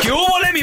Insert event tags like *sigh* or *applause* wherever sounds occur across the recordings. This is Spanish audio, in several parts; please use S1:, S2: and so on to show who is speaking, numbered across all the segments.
S1: ¿Qué hubo, le, mi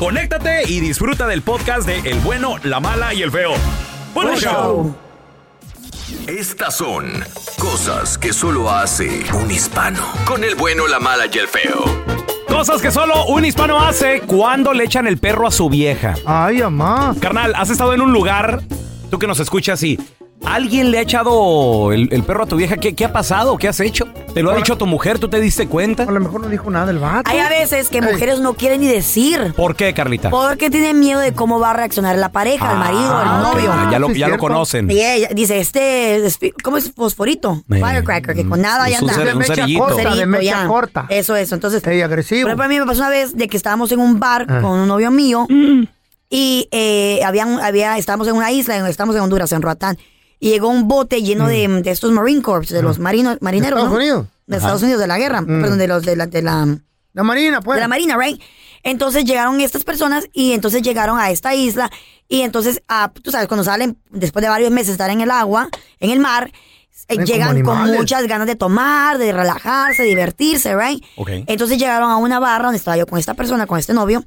S1: conéctate y disfruta del podcast de El bueno, la mala y el feo. Bueno,
S2: Buen
S1: show.
S3: Estas son cosas que solo hace un hispano. Con el bueno, la mala y el feo.
S1: Cosas que solo un hispano hace cuando le echan el perro a su vieja.
S4: Ay, amá.
S1: Carnal, has estado en un lugar, tú que nos escuchas y alguien le ha echado el, el perro a tu vieja. ¿Qué, qué ha pasado? ¿Qué has hecho? ¿Te lo ha dicho tu mujer? ¿Tú te diste cuenta?
S4: A lo mejor no dijo nada el vato.
S2: Hay a veces que
S4: Ey.
S2: mujeres no quieren ni decir
S1: ¿Por qué, Carlita?
S2: porque tienen miedo de cómo va a reaccionar la pareja, el marido, el
S1: Ah,
S2: novio.
S4: ok.
S1: Ya lo,
S4: Sí, es
S1: ya lo
S4: cierto.
S1: conocen.
S2: Y ella dice, este, es- ¿cómo es? Fosforito.
S1: Eh,
S2: Firecracker, que con nada ya
S1: es un
S2: anda.
S1: cer-
S4: De
S1: un
S4: mecha
S1: cerillito.
S4: corta, de
S2: Cerito,
S4: mecha
S2: ya.
S4: corta.
S2: Eso, eso. Entonces,
S4: Ey, agresivo. Ah.
S2: Por ejemplo, a mí me pasó una vez de que estábamos en un bar con un novio mío y eh, habían- había, estábamos en una isla, en- estábamos en Honduras, en Roatán, y llegó un bote lleno de, de estos Marine Corps, de los marinos, marineros,
S4: Mm. Ah. Estados
S2: ¿no?
S4: Unidos. Mm.
S2: De Estados Unidos, de la guerra, perdón, de, los, de, la, de, la,
S4: La Marina, pues.
S2: de la Marina, right? Entonces llegaron estas personas y entonces llegaron a esta isla y entonces, ah, tú sabes, cuando salen, después de varios meses de estar en el agua, en el mar, eh,
S4: Ven como
S2: llegan con
S4: animales.
S2: muchas ganas de tomar, de relajarse, divertirse, right?
S1: Ok.
S2: Entonces llegaron a una barra donde estaba yo con esta persona, con este novio,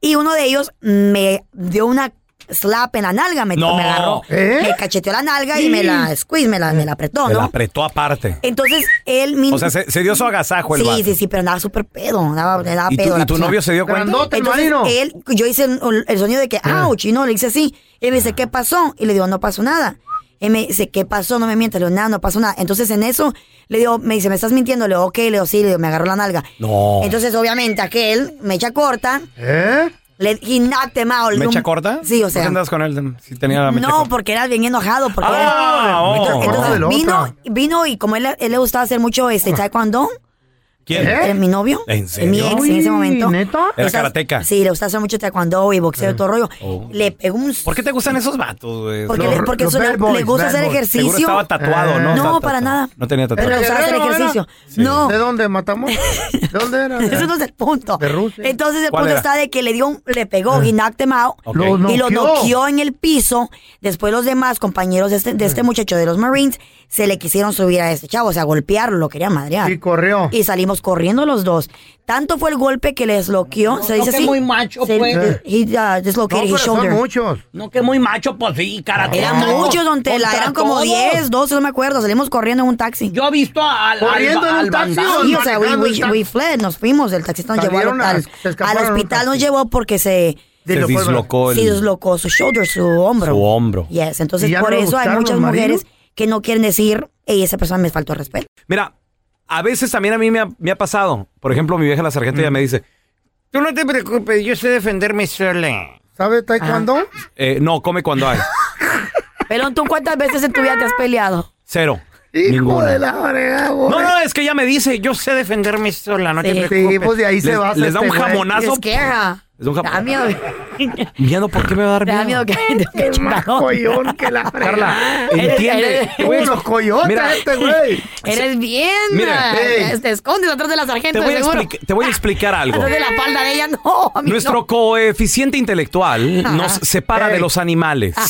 S2: y uno de ellos me dio una slap en la nalga, me,
S1: No.
S2: me agarró,
S4: ¿Eh?
S2: me cacheteó la nalga y me la squeeze, me la, me la apretó,
S1: Te la
S2: ¿no?
S1: apretó aparte.
S2: Entonces él mismo...
S1: O sea, se, se dio su agasajo el vato.
S2: Sí, sí, sí, pero andaba súper pedo, andaba, le daba
S1: ¿Y,
S2: pedo.
S1: tu,
S2: la
S1: y tu
S2: persona.
S1: novio se dio cuenta?
S4: Grandote, el
S2: Entonces,
S4: marino.
S2: él, yo hice un- el sonido de que, ah, y no, le hice así. Él me dice, ¿qué pasó? Y le digo, no pasó nada. Él me dice, ¿qué pasó? No me mientas, le digo, nada, no pasó nada. Entonces en eso, le digo, me dice, ¿me estás mintiendo? Le digo, ok, le digo, sí, le digo, me agarró la nalga.
S1: No.
S2: Entonces, obviamente, aquel me echa corta,
S4: ¿Eh?
S2: le he knocked him out. Le-
S1: ¿Mecha corta?
S2: Sí, o
S1: ¿Por qué
S2: sea.
S1: andabas con él? Si tenía la mecha
S2: No,
S1: corta.
S2: porque era bien enojado, porque
S1: Ah,
S2: era-
S1: oh.
S2: Entonces-
S4: Corta
S2: entonces
S4: del
S2: vino,
S4: otro.
S2: vino y como él, él le gustaba hacer mucho este taekwondo,
S1: ¿Quién?
S4: ¿Eh?
S2: eh, mi novio.
S1: ¿En
S2: eh,
S1: serio?
S2: Mi ex en ese
S4: Uy,
S2: momento.
S4: ¿neta?
S2: Le
S1: Era
S2: gusta-
S1: karateca.
S2: Sí, le gustaba hacer mucho taekwondo y boxeo y todo el rollo.
S1: Oh.
S2: Le pegó un...
S1: ¿Por qué te gustan esos vatos, güey?
S2: Porque,
S4: Los-
S2: le, porque
S4: los
S2: su-
S4: bad
S2: le-
S4: boys,
S2: le gusta
S4: bad
S2: hacer
S4: boys.
S2: ejercicio. Eh,
S1: Seguro estaba tatuado, ¿no?
S2: No,
S1: Estaba
S2: para
S1: tatuado.
S2: nada.
S1: No tenía
S2: Le
S1: tatuado.
S4: Era-
S2: gustaba hacer
S4: Guerrero, ¿verdad?
S2: ejercicio.
S1: Sí.
S2: No.
S4: ¿De dónde
S2: *laughs*
S4: matamos? ¿De dónde era?
S2: Ese no es el punto.
S4: De Rusia.
S2: Entonces el
S1: ¿Cuál
S2: punto
S1: era?
S2: está de que le dio un- le pegó y knocked him out.
S1: Ok.
S4: Los
S2: Y lo
S4: noqueó.
S2: noqueó en el piso. Después los demás compañeros de este, de este muchacho de los Marines se le quisieron subir a este chavo, o sea, golpearlo, lo querían madrear.
S4: Y corrió.
S2: Y salimos corriendo los dos. Tanto fue el golpe que le desloqueó, se dice
S5: que
S2: así.
S5: muy macho,
S2: Se-
S5: pues.
S2: eh, he, uh,
S4: No,
S2: dislocated
S4: pero
S2: his
S4: son
S2: shoulder.
S4: muchos.
S5: No, que muy macho, pues sí, cara.
S2: Eran
S5: todos,
S2: muchos, don Tela.
S5: contra
S2: Eran como
S5: todos.
S2: 10, 12, no me acuerdo. Salimos corriendo en un taxi.
S5: Yo he visto al.
S4: Corriendo en un taxi,
S5: bandado.
S4: don-
S2: Sí, o sea, we,
S4: manejando
S2: we-
S4: el taxi.
S2: we fled, nos fuimos, el taxista nos llevó al,
S4: Salieron a-
S2: al-
S4: se
S2: al
S4: escaparon
S2: hospital,
S4: un
S2: nos
S4: taxi.
S2: llevó porque se,
S1: Se
S4: Dilo, pues,
S1: dislocó
S2: se
S1: el...
S2: deslocó su shoulder, su hombro.
S1: Su hombro.
S2: Yes, entonces
S4: ¿Y ya
S2: por
S4: no le
S2: eso hay
S4: gustaron
S2: muchas
S4: los marinos?
S2: mujeres que no quieren decir, hey, esa persona me faltó respeto.
S1: Mira, a veces también a mí me ha, me ha pasado. Por ejemplo, mi vieja la sargento
S2: Mm.
S1: ya me dice,
S6: Tú no te preocupes, yo sé defenderme sola.
S4: ¿Sabes taekwondo?
S1: eh, no, come cuando hay.
S2: Ah. Pelón, ¿tú cuántas veces en tu vida te has peleado?
S1: Cero.
S4: Hijo
S1: Ninguna.
S4: de la oreja, güey.
S6: No, no, es que ella me dice, yo sé defenderme sola, no
S2: Sí.
S6: te
S4: Sí,
S6: preocupes.
S4: pues de ahí se
S1: Les-
S4: va.
S1: les da un jamonazo.
S2: Es que, ajá.
S1: Es un
S2: Te
S1: jap-
S2: da miedo.
S1: *laughs* Miedo, ¿por qué me va a dar
S2: Te da
S1: *laughs*
S2: miedo que te
S4: Collón que la
S1: Carla,
S4: Carla.
S1: entiende.
S2: Eres-
S1: Te voy a
S4: los
S1: expli-
S4: coyotes
S1: Mira,
S4: este güey.
S2: Eres bien.
S1: Mira,
S2: eh,
S4: hey.
S2: te escondes atrás de la sargento,
S1: te voy a
S2: de seguro.
S1: explica- te voy a explicar algo.
S2: Atrás de la falda de ella, no. Ah. A mí
S1: Nuestro coeficiente intelectual nos separa de
S4: Ey.
S1: los animales.
S2: Ah.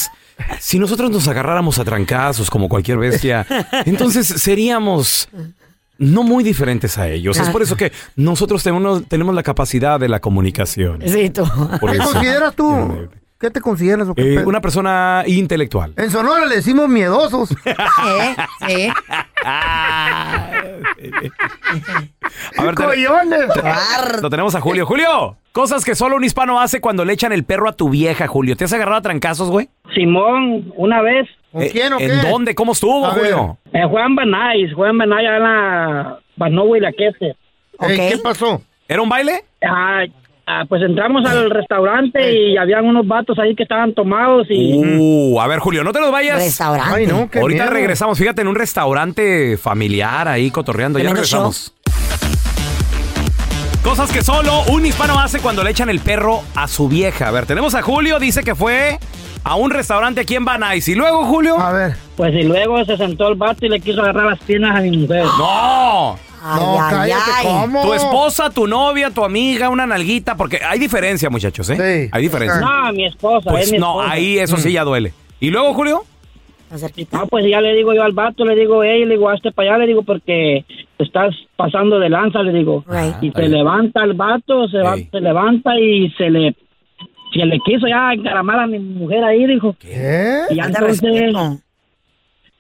S1: Si nosotros nos agarráramos a trancazos como cualquier
S2: *laughs*
S1: bestia, entonces seríamos no muy diferentes a ellos.
S2: Ah.
S1: Es por eso que nosotros tenemos, tenemos la capacidad de la comunicación.
S2: no. Sí, tú.
S1: Por
S4: ¿Qué
S1: eso.
S4: consideras tú? ¿Qué te consideras? o qué
S1: Eh,
S4: pedo?
S1: una persona intelectual.
S4: En Sonora le decimos miedosos.
S2: ¿Eh? *laughs* Sí.
S1: A ver, te-
S4: Coyones.
S1: *laughs* lo tenemos a Julio. Julio, cosas que solo un hispano hace cuando le echan el perro a tu vieja, Julio. ¿Te has agarrado a trancazos, güey?
S7: Simón, una vez
S4: ¿Con
S1: Eh,
S4: quién o qué?
S1: ¿En dónde? ¿Cómo estuvo,
S4: A ver.
S1: Julio?
S7: en Eh, Juan Banais, Juan Banais allá en la Banovo y la Kessler.
S4: Ey, ¿Qué
S2: Ok.
S4: pasó?
S1: ¿Era un baile?
S7: Ah, ah, pues entramos al restaurante y habían unos vatos ahí que estaban tomados y
S1: Uh, a ver, Julio, no te los vayas.
S2: Restaurante.
S4: Ay, no, qué
S1: Ahorita
S4: miedo.
S1: regresamos, fíjate, en un restaurante familiar ahí cotorreando. Ya
S2: Tremendo
S1: regresamos. Cosas que solo un hispano hace cuando le echan el perro a su vieja. A ver, tenemos a Julio, dice que fue a un restaurante aquí en Van Nuys. Y luego, Julio.
S4: A ver.
S7: pues y luego se sentó el vato y le quiso agarrar las piernas a mi mujer.
S1: ¡No!
S2: Ay,
S4: no,
S2: ay,
S4: cállate,
S2: ay.
S4: ¿cómo?
S1: Tu esposa, tu novia, tu amiga, una nalguita, porque hay diferencia, muchachos, ¿eh?
S4: Sí. Mm.
S1: Hay diferencia.
S7: No, mi esposa, es
S1: pues
S7: mi
S1: no,
S7: esposa.
S1: ahí eso sí ya duele. ¿Y luego, Julio?
S2: Tan cerquita.
S7: No, pues ya le digo yo al vato, le digo, hey, le digo, hazte para allá, le digo, porque te estás pasando de lanza, le digo.
S2: Right.
S7: Y se
S1: Ahí.
S7: levanta el vato, se, va-
S1: Ey.
S7: se levanta y se le, se le quiso ya encaramar a mi mujer ahí, dijo.
S4: ¿Qué?
S7: Y ya
S2: Falta
S7: entonces,
S2: respeto.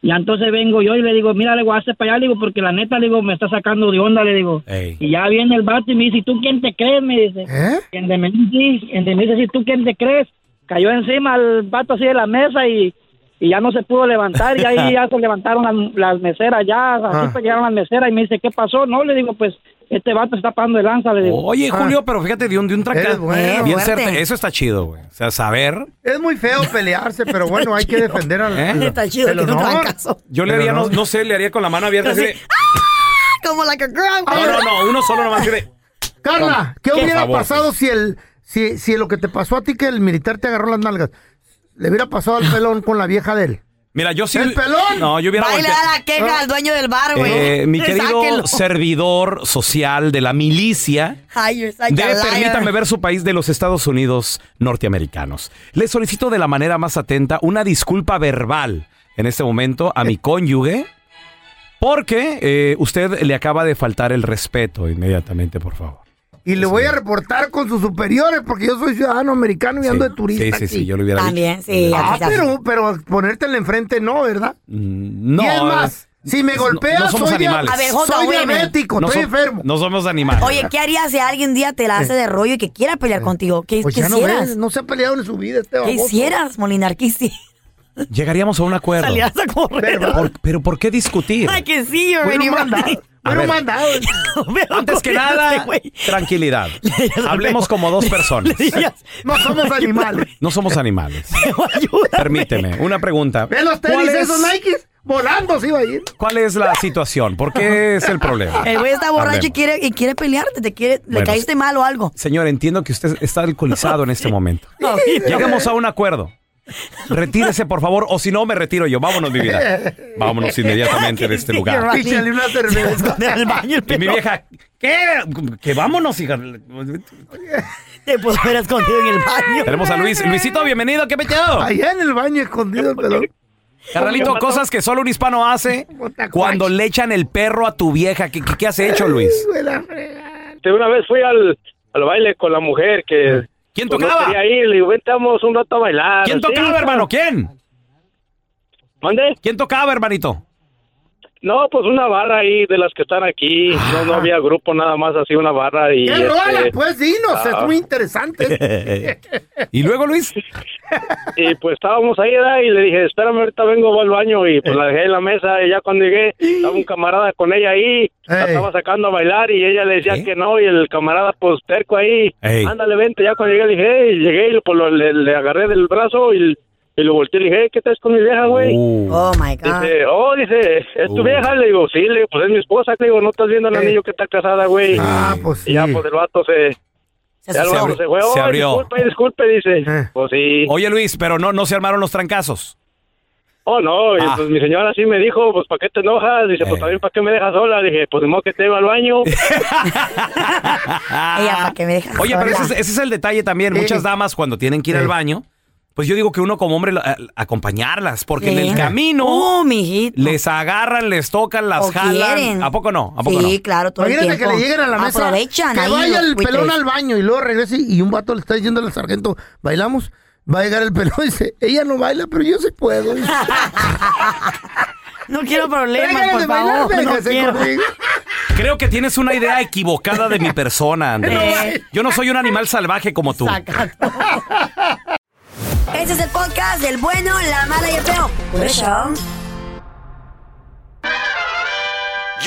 S7: ya entonces vengo yo y le digo, mira, le digo, hazte para allá, le digo, porque la neta, le digo, me está sacando de onda, le digo.
S1: Ey.
S7: Y ya viene el vato y me dice, ¿y tú quién te crees? Me dice.
S4: ¿Eh?
S7: Y en de me dice, en de me dice, "¿Y ¿tú quién te crees? Cayó encima el vato así de la mesa y, y ya no se pudo levantar. Y
S4: *laughs*
S7: ahí ya se levantaron las, las meseras, ya, así
S4: Ah.
S7: pues llegaron las meseras. Y me dice, ¿qué pasó? No, le digo, pues, este vato está pasando de lanza, le digo.
S1: Oye, Julio, pero fíjate, de un, de un tranca-
S4: Eres bueno.
S1: Bien
S2: Fuerte.
S1: certe- Eso está chido, güey. O sea, saber
S4: Es muy feo pelearse, pero bueno, hay que defender al.
S1: ¿Eh?
S4: al-
S2: Está chido,
S4: el
S2: tiene un
S4: honor.
S2: trancazo.
S1: Yo le
S4: Pero
S1: haría, no.
S4: no.
S1: no sé, le haría con la mano abierta. así de-
S2: *laughs* Como like a girl.
S1: no, no, no, uno solo nomás. así de-
S4: Carla, ¿qué
S1: Por
S4: hubiera
S1: favor. pues.
S4: pasado si el si, si lo que te pasó a ti que el militar te agarró las nalgas le hubiera pasado
S1: *laughs*
S4: al pelón con la vieja de él?
S1: Mira, yo sí.
S4: ¡El pelón!
S1: No, yo hubiera
S2: Baila
S1: volteado. Ah.
S2: la queja al dueño del bar, güey.
S1: Eh,
S2: *laughs*
S1: mi querido
S2: Sáquenlo.
S1: servidor social de la milicia.
S2: Ay, you're such
S1: De
S2: a liar.
S1: permítame ver su país de los Estados Unidos norteamericanos. Le solicito de la manera más atenta una disculpa verbal en este momento a mi cónyuge porque eh, usted le acaba de faltar el respeto inmediatamente, por favor.
S4: Y le voy a reportar con sus superiores porque yo soy ciudadano americano y
S1: Sí.
S4: ando de turista.
S1: Sí, sí,
S4: aquí.
S1: sí, yo lo hubiera
S2: También,
S1: dicho.
S2: sí.
S4: Ah,
S2: aquí está.
S4: pero, pero ponértela enfrente no, ¿verdad?
S1: Mm, No.
S4: y es más, si me
S1: no-
S4: golpeas,
S1: no somos
S4: soy, dia-
S1: animales.
S2: A ver, hold on,
S4: soy
S2: wait a minute.
S4: diabético,
S1: no
S4: estoy
S1: som-
S4: enfermo.
S1: No somos animales.
S2: Oye, ¿qué harías si alguien un día te la hace de rollo y que quiera pelear contigo? ¿Qué
S4: Eh. Pues ya no
S2: quisieras?
S4: ves, no se ha peleado en su vida este
S2: ¿Qué
S4: baboso.
S2: hicieras, Molinar? ¿Qué hicieras?
S1: Llegaríamos a un acuerdo.
S2: Salías a correr.
S1: Por- pero ¿por qué discutir?
S2: Ay, que sí, you're
S4: Bueno,
S2: already
S4: mandado.
S2: right.
S1: A
S4: Bueno,
S1: ver.
S4: mandado.
S2: *laughs* Pero
S1: Antes que
S2: corriendo
S1: nada,
S2: este güey. *laughs*
S1: tranquilidad.
S2: dirías al
S1: Hablemos
S2: perro.
S1: como dos personas.
S2: Le dirías,
S4: No somos animales.
S1: No somos animales.
S2: *laughs* "Pero ayúdame".
S1: Permíteme, una pregunta.
S4: Ve los
S1: ¿Cuál
S4: tenis
S1: es-
S4: esos Nikes volando, sí va a ir.
S1: ¿Cuál es la situación? ¿Por qué es el problema?
S2: El Eh, güey está borracho
S1: Hablemos.
S2: y quiere, y quiere pelearte, te quiere,
S1: Bueno,
S2: le caíste mal o algo.
S1: Señor, entiendo que usted está alcoholizado en este momento.
S2: No,
S1: *laughs* Llegamos a un acuerdo. Retírese, por favor, o si no, me retiro yo. Vámonos, mi vida. Vámonos inmediatamente de este lugar.
S2: Así.
S4: Píchale una
S2: Se
S4: cerveza.
S2: esconde en el baño el
S1: Y mi
S2: pelón.
S1: vieja, ¿qué? Que vámonos, hija.
S2: Te pudo haber escondido en el baño.
S1: Tenemos a Luis. Luisito, bienvenido. ¿Qué peteado?
S4: Allá en el baño escondido el pelón.
S1: Carnalito, cosas que solo un hispano hace cuando le echan el perro a tu vieja. ¿Qué, qué- qué has hecho, Luis?
S7: Este, una vez fui al, al baile con la mujer que
S1: ¿Quién
S7: pues, no
S1: tocaba?
S7: quería ir, le digo, "Vente, vamos un rato a bailar.
S1: ¿Quién
S7: Sí,
S1: tocaba, hermano? ¿Quién?
S7: ¿Mande?
S1: ¿Quién tocaba, hermanito?
S8: No, pues una barra ahí de las que están aquí. No,
S1: Ah.
S8: no había grupo, nada más así una barra y.
S4: ¡Qué
S8: este,
S4: rola! Pues dinos, es
S8: ah.
S4: muy
S1: *laughs*
S4: interesante.
S1: ¿Y luego, Luis?
S8: Y pues estábamos ahí, ¿verdad? y le dije, espérame, ahorita vengo, voy al baño. Y pues la dejé en la mesa. Y ya cuando llegué, estaba un camarada con ella ahí. La
S9: Ey.
S8: estaba sacando a bailar y ella le decía que no. Y el camarada, pues terco ahí.
S9: Ey.
S8: Ándale, vente. Ya cuando llegué, le dije, "Ey", llegué y pues, lo- le, le agarré del brazo y, y lo volteé y le dije, "Ey, ¿qué estás con mi vieja, güey?
S2: Oh, my God.
S8: Dice, oh, dice, ¿es tu
S2: Uh.
S8: vieja? Le digo, sí, le digo, pues es mi esposa. Le digo, ¿no estás viendo al anillo que está casada, güey?
S4: Ah, pues
S8: Y ya, pues el vato se...
S1: Se
S8: ya el
S1: asustó.
S8: vato se fue,
S1: Se
S8: "Oh,
S1: abrió.
S8: Disculpe, disculpe, dice.
S1: Eh.
S8: Pues sí.
S1: Oye, Luis, pero no, no se armaron los trancazos.
S8: Oh, no, y
S1: Ah. Eh.
S8: pues mi señora sí me dijo, pues ¿para qué te enojas? Dice, pues también ¿para qué me dejas sola? Dije, pues de modo que te iba al
S1: *laughs*
S8: baño.
S2: Ella, para que me dejas
S1: Oye, pero
S2: sola.
S1: ese es, ese es el detalle también. Muchas damas cuando tienen que ir al baño, pues yo digo que uno como hombre la- acompañarlas, porque en
S2: Sí.
S1: el camino
S2: Uh, mijito.
S1: les agarran, les tocan, las
S2: O
S1: jalan.
S2: quieren.
S1: ¿A poco no? ¿A poco
S2: Sí,
S1: no?
S2: claro, todo el
S4: Imagínate que
S2: tiempo.
S4: le lleguen a la mesa.
S2: Aprovechan
S4: que
S2: ahí
S4: vaya
S2: los
S4: el
S2: buitres.
S4: pelón al baño y luego regrese y un vato le está diciendo al sargento, bailamos. Va a llegar el pelón y dice, ella no baila, pero yo sí puedo.
S2: *laughs*
S4: *laughs*
S2: no quiero problemas,
S4: Tráigale
S2: por
S4: de bailar,
S2: favor. no
S4: véngase
S2: quiero.
S4: conmigo.
S1: Creo que tienes una idea equivocada de mi persona, Andrés.
S2: Eh.
S1: Yo no soy un animal salvaje como tú.
S2: Este es el podcast del bueno, la mala y el feo. Por eso.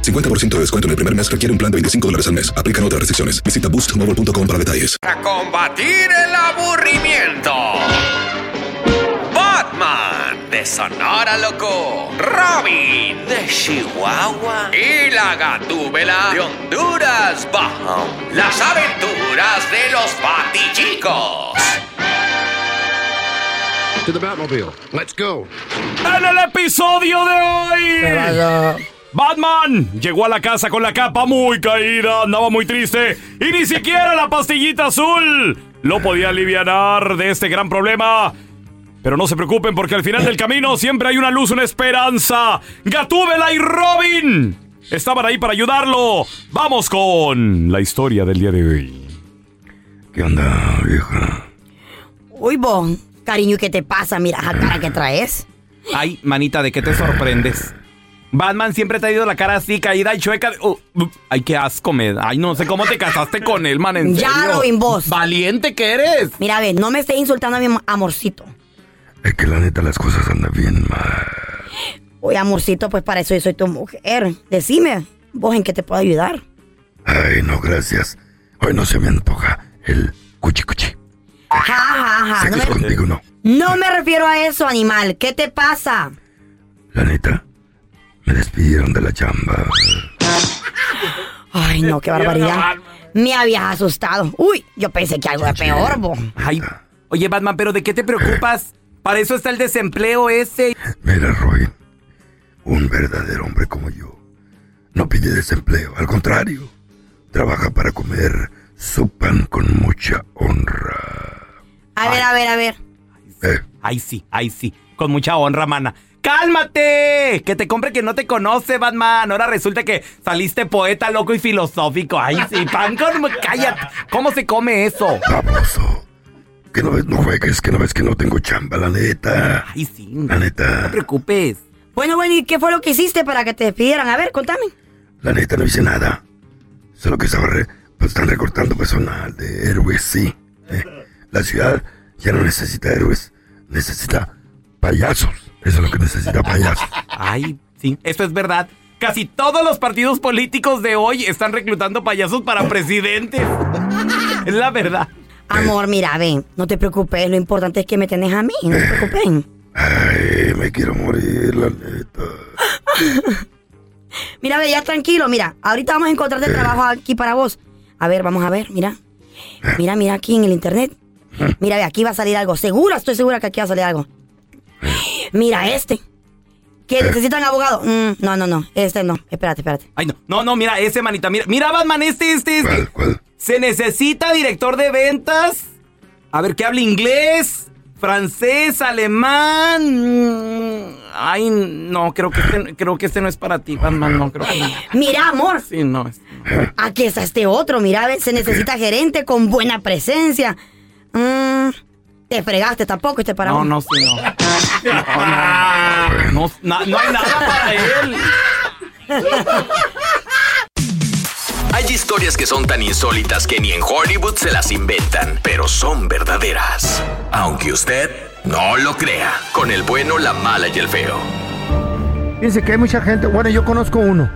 S10: 50% de descuento en el primer mes requiere un plan de 25 dólares al mes. Aplican otras restricciones. Visita boostmobile.com para detalles.
S3: combatir el aburrimiento. Batman de Sonora Loco, Robin de Chihuahua y la Gatúbela de Honduras Bajo. Las aventuras de los patichicos.
S11: To the Batmobile. Let's go.
S1: En el episodio de hoy. Batman llegó a la casa con la capa muy caída, andaba muy triste y ni siquiera la pastillita azul lo podía aliviar de este gran problema. Pero no se preocupen porque al final del camino siempre hay una luz, una esperanza. Gatúbela y Robin estaban ahí para ayudarlo. Vamos con la historia del día de hoy.
S11: ¿Qué onda, vieja?
S2: Uy, vos, cariño, ¿qué te pasa? Mira esa cara que traes.
S1: Ay, manita, ¿de qué te sorprendes? Batman siempre te ha ido la cara así, caída y chueca. Oh, uh, ay, qué asco me da. Ay, no sé cómo te casaste con él, man, en
S2: Ya,
S1: serio.
S2: Robin, vos.
S1: Valiente que eres.
S2: Mira, ve, no me estés insultando a mi am- amorcito.
S11: Es que la neta las cosas andan bien mal.
S2: Oye, amorcito, pues para eso yo soy tu mujer. Decime, vos, ¿en qué te puedo ayudar?
S11: Ay, no, gracias. Hoy no se me antoja el cuchi cuchi.
S2: Ja, ja, ja. No
S11: Sexo
S2: me,
S11: contigo no.
S2: no me refiero a eso, animal. ¿Qué te pasa?
S11: La neta, me despidieron de la chamba.
S1: *laughs*
S2: Ay, no, qué barbaridad. Me habías asustado. Uy, yo pensé que algo de peor, vos.
S1: Ay, oye, Batman, ¿pero de qué te preocupas? Para eso está el desempleo ese.
S11: Mira, Robin, un verdadero hombre como yo no pide desempleo, al contrario, trabaja para comer su pan con mucha honra.
S2: A ver, a ver, a ver.
S1: Ay, sí, ay, sí. Con mucha honra, mana. cálmate. Que te compre que no te conoce, Batman. Ahora resulta que saliste poeta loco y filosófico. Ay, sí, pan con... Cállate. ¿Cómo se come eso?
S11: Que no ves, no juegues, que no ves que no tengo chamba, la neta.
S1: Ay, sí.
S11: La neta.
S1: preocupes.
S2: Bueno, bueno, ¿y qué fue lo que hiciste para que te despidieran? A ver, contame.
S11: La neta no hice nada. Solo que estaba re- pues, están recortando personal de héroes, sí. Eh, La ciudad ya no necesita héroes, necesita payasos. Eso es lo que necesita payasos.
S1: Ay, sí, eso es verdad. Casi todos los partidos políticos de hoy están reclutando payasos para presidentes. Es la verdad.
S2: Amor, mira, ven, no te preocupes, lo importante es que me tenés a mí,
S1: *laughs*
S2: no te preocupes.
S11: Ay, me quiero morir, la neta.
S2: Mira, ve, ya tranquilo, mira, ahorita vamos a
S1: Eh.
S2: encontrarte trabajo aquí para vos. A ver, vamos a ver, mira. Mira, mira aquí en el internet. Mira, ve, aquí va a salir algo. Segura, estoy segura que aquí va a salir algo.
S1: Eh.
S2: Mira, este. Que necesitan abogado. Mm, no, no, no, este no. Espérate, espérate.
S1: Ay, no. No, no, mira, ese manita. Mira, mira Batman, este, este, este. Se necesita director de ventas. A ver, que hable inglés, francés, alemán. Mm, Ay, no, creo que este, creo que este no es para ti, Batman. No, creo que no.
S2: Mira, amor.
S1: Sí, no. es-
S2: Aquí está este otro, mira, ve,
S1: *laughs*
S2: se necesita gerente con buena presencia. Mm, te fregaste tampoco este para
S1: No,
S2: mí.
S1: no, sí, no. No, no, no, no hay nada para él.
S3: Hay historias que son tan insólitas que ni en Hollywood se las inventan, pero son verdaderas. Aunque usted no lo crea, con el bueno, la mala y el feo.
S4: Fíjense que hay mucha gente, bueno, yo conozco uno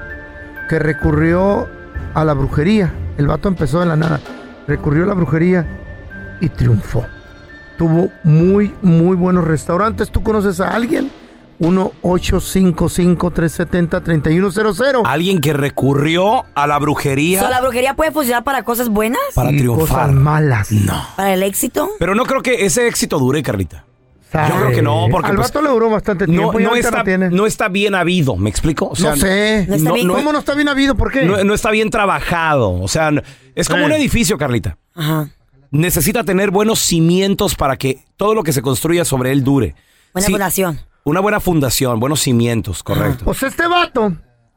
S4: que recurrió a la brujería. El vato empezó de la nada. Recurrió a la brujería y triunfó. Tuvo muy, muy buenos restaurantes. ¿Tú conoces a alguien? 1-855-370-3100.
S1: Alguien que recurrió a la brujería
S2: So, ¿La brujería puede funcionar para cosas buenas?
S1: para triunfar.
S4: malas.
S1: No.
S2: ¿Para el éxito?
S1: Pero no creo que ese éxito dure, Carlita. Yo creo que no, porque
S4: Al
S1: pues,
S4: vato le duró bastante
S1: no,
S4: tiempo. y
S1: no
S4: ahorita
S1: está,
S4: la tiene.
S1: no está bien habido, ¿me explico? O sea,
S4: no sé. ¿Cómo no está bien habido? ¿Por qué?
S1: no- no está bien trabajado. O sea, no- es como
S4: Eh.
S1: un edificio, Carlita.
S2: Ajá.
S1: Necesita tener buenos cimientos para que todo lo que se construya sobre él dure.
S2: Buena
S1: Sí,
S2: fundación.
S1: Una buena fundación, buenos cimientos, correcto.
S4: Pues este vato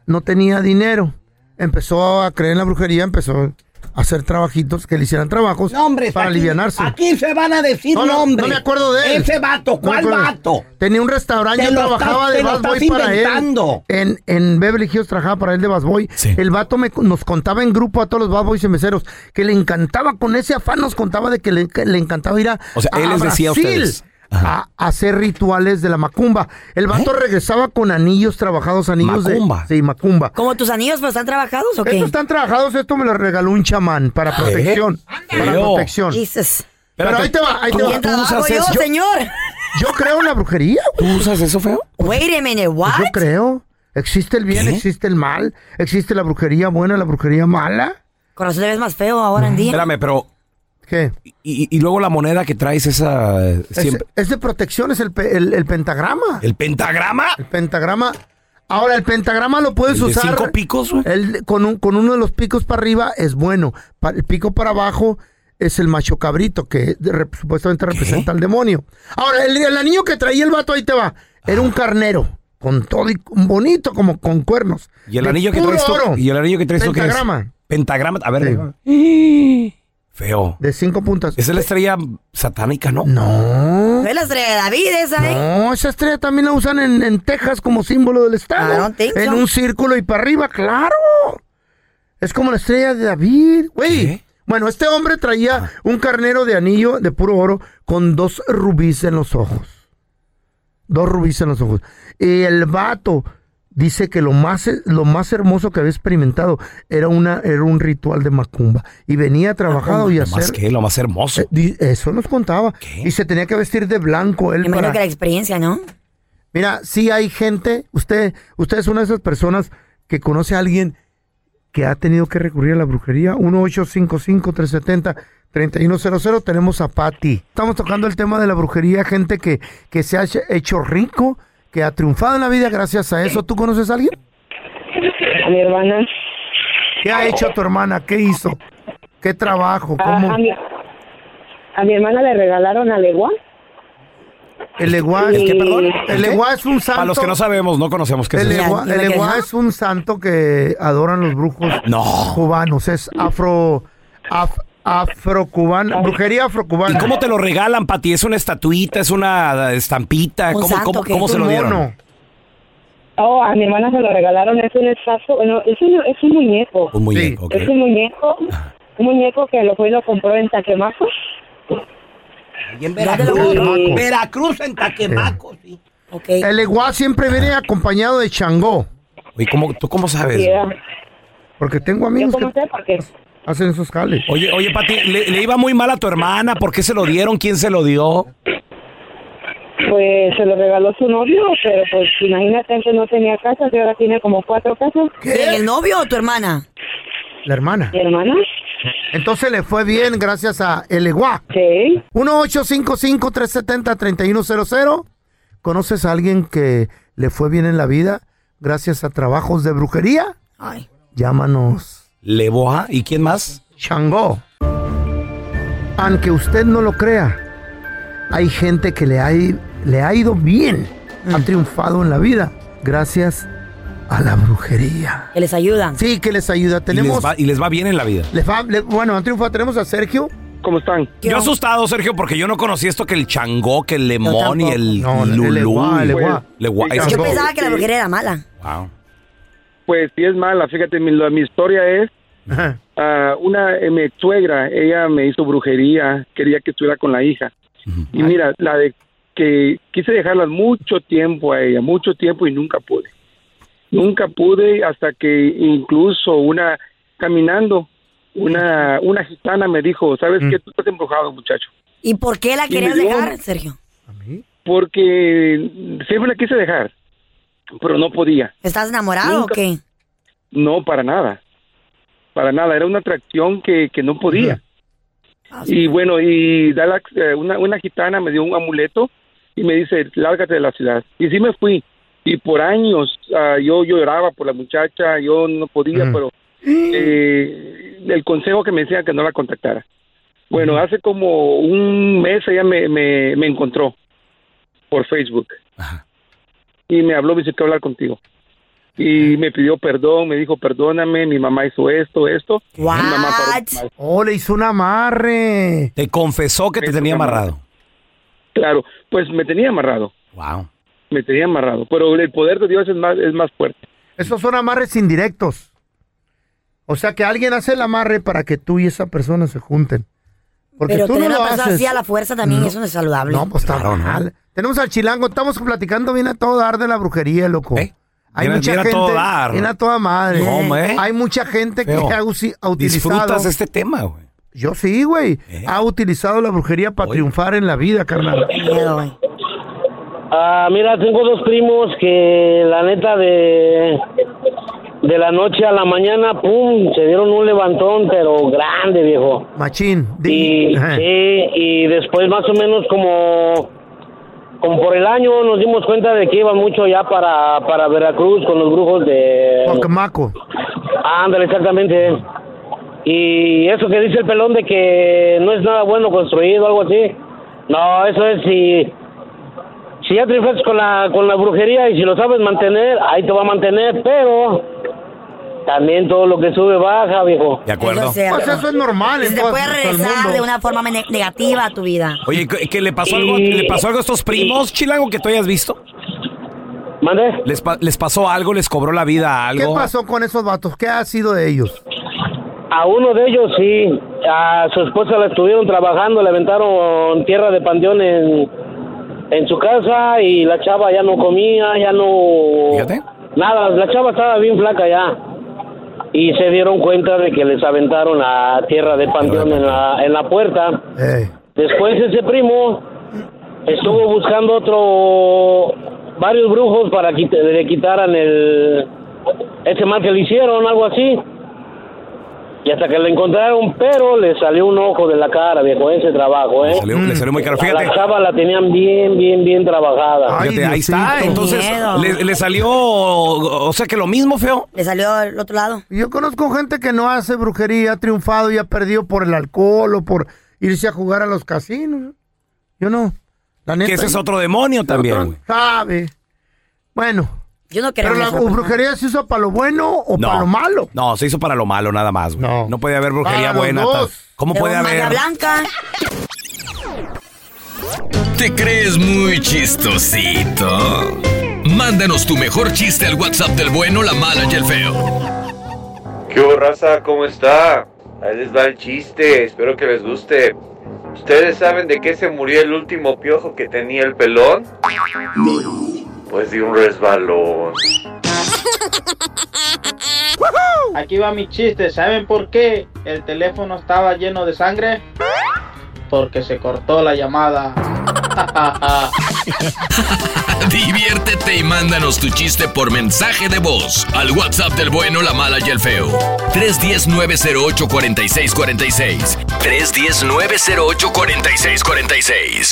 S4: no tenía dinero. Empezó a creer en la brujería, empezó a hacer trabajitos que le hicieran trabajos para
S5: aquí-
S4: alivianarse.
S5: Aquí se van a decir
S4: No, no,
S5: nombres.
S4: no me acuerdo de él.
S5: Ese vato,
S4: No me
S5: ¿cuál
S4: acuerdo.
S5: vato?
S4: Tenía un restaurante,
S5: Te
S4: yo
S5: lo
S4: trabajaba
S5: estás-
S4: de
S5: te lo
S4: Bad Boy
S5: estás
S4: para
S5: inventando.
S4: él. En, en Beverly Hills trabajaba para él de Bad Boy. El vato me- nos contaba en grupo a todos los Bad Boys y meseros que le encantaba, con ese afán nos contaba de que le, que le encantaba ir a,
S1: O sea, él
S4: a
S1: les decía
S4: Ah,
S1: a
S4: Brasil
S1: ustedes.
S4: a hacer rituales de la macumba. El vato regresaba con anillos trabajados, anillos
S1: ¿Eh? Macumba.
S4: de... Sí, macumba.
S2: ¿Como tus anillos pero están trabajados o qué?
S4: Estos están trabajados, esto me lo regaló un chamán para protección. Para
S1: Feo.
S4: protección.
S2: Jesus.
S4: Pero ahí te va, ahí te
S2: ¿Con
S4: va.
S2: quién
S4: Tú
S2: trabajo
S4: usas
S2: yo,
S4: eso. Yo-
S2: señor?
S4: Yo creo en la brujería. Pues
S1: ¿Tú usas eso, feo?
S2: Wait a minute, what?
S4: Yo creo. Existe el bien, existe el mal, existe la brujería buena, la brujería mala.
S2: Corazón te ves más feo ahora en día.
S1: Espérame, pero.
S4: ¿Qué?
S1: Y, y luego la moneda que traes, esa. eh,
S4: Es,
S1: Siempre.
S4: es de protección, es el, pe- el- el pentagrama.
S1: ¿El pentagrama?
S4: El pentagrama. Ahora, el pentagrama lo puedes
S1: ¿El de
S4: usar.
S1: cinco picos,
S4: el- con, un- con uno de los picos para arriba es bueno. Pa- el pico para abajo es el macho cabrito, que de- rep- supuestamente representa al demonio. Ahora, el, el anillo que traía el vato, ahí te va. Era
S1: Ah.
S4: un carnero. Con todo y bonito, como con cuernos.
S1: ¿Y el
S4: De
S1: anillo que
S4: puro
S1: traes tú?
S4: oro.
S1: ¿Y el anillo que traes tú qué es? *gasps* *laughs*
S4: Pentagrama.
S1: Pentagrama. A ver, feo.
S4: De cinco puntas.
S1: Esa es la estrella satánica, ¿no?
S4: No.
S2: Ve la estrella de David esa, ¿eh?
S4: No, esa estrella también la usan en, en Texas como símbolo del
S2: I
S4: estado.
S2: don't Ah, think
S4: en
S2: so.
S4: un círculo y para arriba, claro. Es como la estrella de David, güey. Bueno, este hombre traía un carnero de anillo de puro oro con dos rubíes en los ojos. Dos rubíes en los ojos. Y el vato dice que lo más, lo más hermoso que había experimentado era, una, era un ritual de macumba. Y venía trabajado y a
S1: Lo más
S4: hacer...
S1: que, lo más hermoso.
S4: Eh, di- Eso nos contaba. Y se tenía que vestir de blanco. Él
S2: Me imagino
S4: para-
S2: que la experiencia, ¿no?
S4: Mira, sí hay gente, usted, usted es una de esas personas que conoce a alguien que ha tenido que recurrir a la brujería. 1-855-370-3100. Tenemos a Patti. Estamos tocando el tema de la brujería, gente que, que se ha hecho- hecho rico, que ha triunfado en la vida gracias a eso. ¿Tú conoces a alguien?
S9: A mi hermana.
S4: ¿Qué ha hecho tu hermana? ¿Qué hizo? ¿Qué trabajo?
S9: Ah, A,
S4: ¿Cómo?
S9: a mi, a mi hermana le regalaron a legua
S4: El legua
S1: ¿El qué, perdón?
S4: El legua es un santo.
S1: Para los que no sabemos, no conocemos qué es
S4: El
S1: eso.
S4: legua, el legua es un santo que adoran los brujos cubanos. Es afro. af- afrocubana. Brujería afrocubana.
S1: ¿Y cómo te lo regalan, Pati? ¿Es una estatuita? ¿Es una
S4: Un
S1: estampita? Ah, ¿Cómo,
S4: santo
S1: cómo,
S4: que
S1: cómo
S4: es
S1: se
S4: un
S1: lo dieron?
S4: mono.
S9: Oh, a mi hermana se lo regalaron, es un estazo, no, es un, es un muñeco.
S1: Un muñeco,
S9: Es un muñeco, un muñeco que lo fue y lo compró en Taquemaco.
S5: Y en Veracruz, *laughs* Veracruz en Taquemaco. sí.
S4: El legua siempre viene acompañado de changó.
S1: ¿Y cómo, tú cómo sabes?
S9: Yeah.
S4: Porque tengo
S9: Yo
S4: amigos
S9: como
S4: que
S9: sé porque
S4: hacen esos jales.
S1: Oye, oye, Pati, le, le iba muy mal a tu hermana. ¿Por qué se lo dieron? ¿Quién se lo dio?
S9: pues se lo regaló su novio, pero pues imagínate, antes no tenía casa, y ahora tiene como cuatro casas.
S2: ¿El novio o tu hermana?
S4: La hermana.
S9: ¿Mi hermana?
S4: Entonces le fue bien gracias a El Eguá.
S9: Sí.
S4: 1-855-370-3100. ¿Conoces a alguien que le fue bien en la vida gracias a trabajos de brujería?
S2: Ay.
S4: Llámanos.
S1: Leboa. ¿Y quién más?
S4: Changó. Aunque usted no lo crea, hay gente que le ha, i- le ha ido bien, ha
S2: Mm.
S4: triunfado en la vida gracias a la brujería.
S2: Que les ayuda.
S4: Sí, que les ayuda.
S1: Y les,
S4: Tenemos...
S1: va, y les va bien en la vida.
S4: les va- le- bueno, han triunfado. Tenemos a Sergio.
S8: ¿Cómo están?
S1: Yo asustado, Sergio, porque yo no conocí esto que el changó, que el lemón y el
S4: No, el
S1: lulú.
S4: leguá, el leguá.
S1: Leguá,
S8: El
S1: eso
S2: Yo
S1: no.
S2: pensaba que la
S8: sí.
S2: brujería era mala.
S1: Wow.
S8: Pues sí es mala, fíjate, mi, la- mi historia es, ah, una eh, mi suegra, ella me hizo brujería, quería que estuviera con la hija. Y mira, la de que quise dejarla mucho tiempo a ella, mucho tiempo y nunca pude. Nunca pude hasta que incluso una, caminando, una, una gitana me dijo, ¿sabes qué? Tú estás embrujado, muchacho.
S2: ¿Y por qué la
S8: Y me
S2: querías
S8: dio-
S2: dejar, Sergio?
S8: Porque siempre la quise dejar, pero no podía.
S2: ¿Estás enamorado
S8: Nunca-
S2: o qué?
S8: No, para nada. Para nada. Era una atracción que, que no podía. Y bueno, y da la- eh, una, una gitana me dio un amuleto y me dice, lárgate de la ciudad. Y sí me fui. Y por años ah, yo yo lloraba por la muchacha, yo no podía, pero eh, el consejo que me decía que no la contactara. Bueno, hace como un mes ella me, me, me encontró por Facebook. Y me habló, me dice, quiero hablar contigo y me pidió perdón, me dijo perdóname, mi mamá hizo esto, esto. Mi mamá paró mal.
S4: Oh, le hizo un amarre.
S1: Te confesó que te tenía amarrado.
S8: Claro, pues me tenía amarrado.
S1: Wow.
S8: Me tenía amarrado, pero el poder de Dios es más es más fuerte.
S4: Esos son amarres indirectos. O sea que alguien hace el amarre para que tú y esa persona se junten. Porque
S2: Pero
S4: tú no
S2: tener a
S4: lo
S2: una persona
S4: haces.
S2: así a la fuerza también,
S4: No.
S2: eso no es saludable.
S4: No, pues está mal. Tenemos al chilango, estamos platicando bien a todo dar de la brujería, loco. Hay
S1: Bien a-
S4: mucha
S1: bien ¿Eh? a
S4: gente.
S1: todo dar.
S4: Bien a toda madre.
S1: ¿Cómo, eh?
S4: Hay mucha gente
S1: Feo.
S4: que ha, usi- ha utilizado.
S1: Disfrutas este tema, güey. ¿Eh?
S4: Yo sí, güey. Ha utilizado la brujería para triunfar en la vida, carnal.
S12: Ah, mira, tengo dos primos que la neta de de la noche a la mañana, pum, se dieron un levantón, pero grande, viejo.
S4: Machín.
S12: Y,
S4: Ajá.
S12: sí, y después más o menos como como por el año nos dimos cuenta de que iban mucho ya para, para Veracruz con los brujos de
S4: Pocamaco.
S12: Ándale, exactamente. Y eso que dice el pelón de que no es nada bueno construido, algo así. No, eso es si, si ya triunfas con la, con la brujería y si lo sabes mantener, ahí te va a mantener, pero también todo lo que sube baja, viejo.
S1: De acuerdo.
S2: O sea,
S4: Pues eso es normal. en
S2: Se te
S4: todas
S2: puede
S4: partes del
S2: regresar
S4: mundo.
S2: de una forma ne- negativa a tu vida.
S1: Oye, ¿que que le pasó algo, le pasó algo a estos primos, Chilango, que tú hayas visto?
S12: ¿Mande?
S1: ¿Les, pa- les pasó algo? ¿Les cobró la vida
S4: ¿Qué
S1: algo?
S4: pasó con esos vatos? ¿Qué ha sido de ellos?
S12: A uno de ellos sí, a su esposa la estuvieron trabajando, le aventaron tierra de panteón en, en su casa y la chava ya no comía, ya no... Nada, la chava estaba bien flaca ya. Y se dieron cuenta de que les aventaron la tierra de panteón en la, en la puerta. Después ese primo estuvo buscando otro varios brujos para que le quitaran el ese mal que le hicieron, algo así. Y hasta que lo encontraron, pero le salió un ojo de la cara, viejo, ese trabajo, ¿eh? Le
S1: salió, le salió muy caro. Fíjate.
S12: La chava la tenían bien, bien, bien trabajada.
S1: Fíjate, ahí está. Entonces, le, le salió, o sea, que lo mismo, feo.
S2: Le salió al otro lado.
S4: Yo conozco gente que no hace brujería, ha triunfado y ha perdido por el alcohol o por irse a jugar a los casinos. Yo no. neta,
S1: que ese es
S4: yo-
S1: otro demonio también. güey.
S4: Sabe. Bueno.
S2: Yo no
S4: Pero la brujería se usa para lo bueno o para lo malo.
S1: No, se hizo para lo malo nada más. güey. No. puede haber brujería
S4: Para los
S1: buena.
S4: dos.
S1: tal. ¿Cómo puede haber?
S2: blanca.
S3: ¿Te crees muy chistosito? Mándanos tu mejor chiste al WhatsApp del bueno, la mala y el feo. *laughs*
S13: ¿Qué hubo, raza? ¿Cómo está? Ahí les va el chiste, espero que les guste. ¿Ustedes saben de qué se murió el último piojo que tenía el pelón? Pues de un resbalón.
S14: Aquí va mi chiste. ¿Saben por qué el teléfono estaba lleno de sangre? Porque se cortó la llamada. *laughs*
S3: Diviértete y mándanos tu chiste por mensaje de voz al WhatsApp del bueno, la mala y el feo. 310-908-4646. 310-908-4646.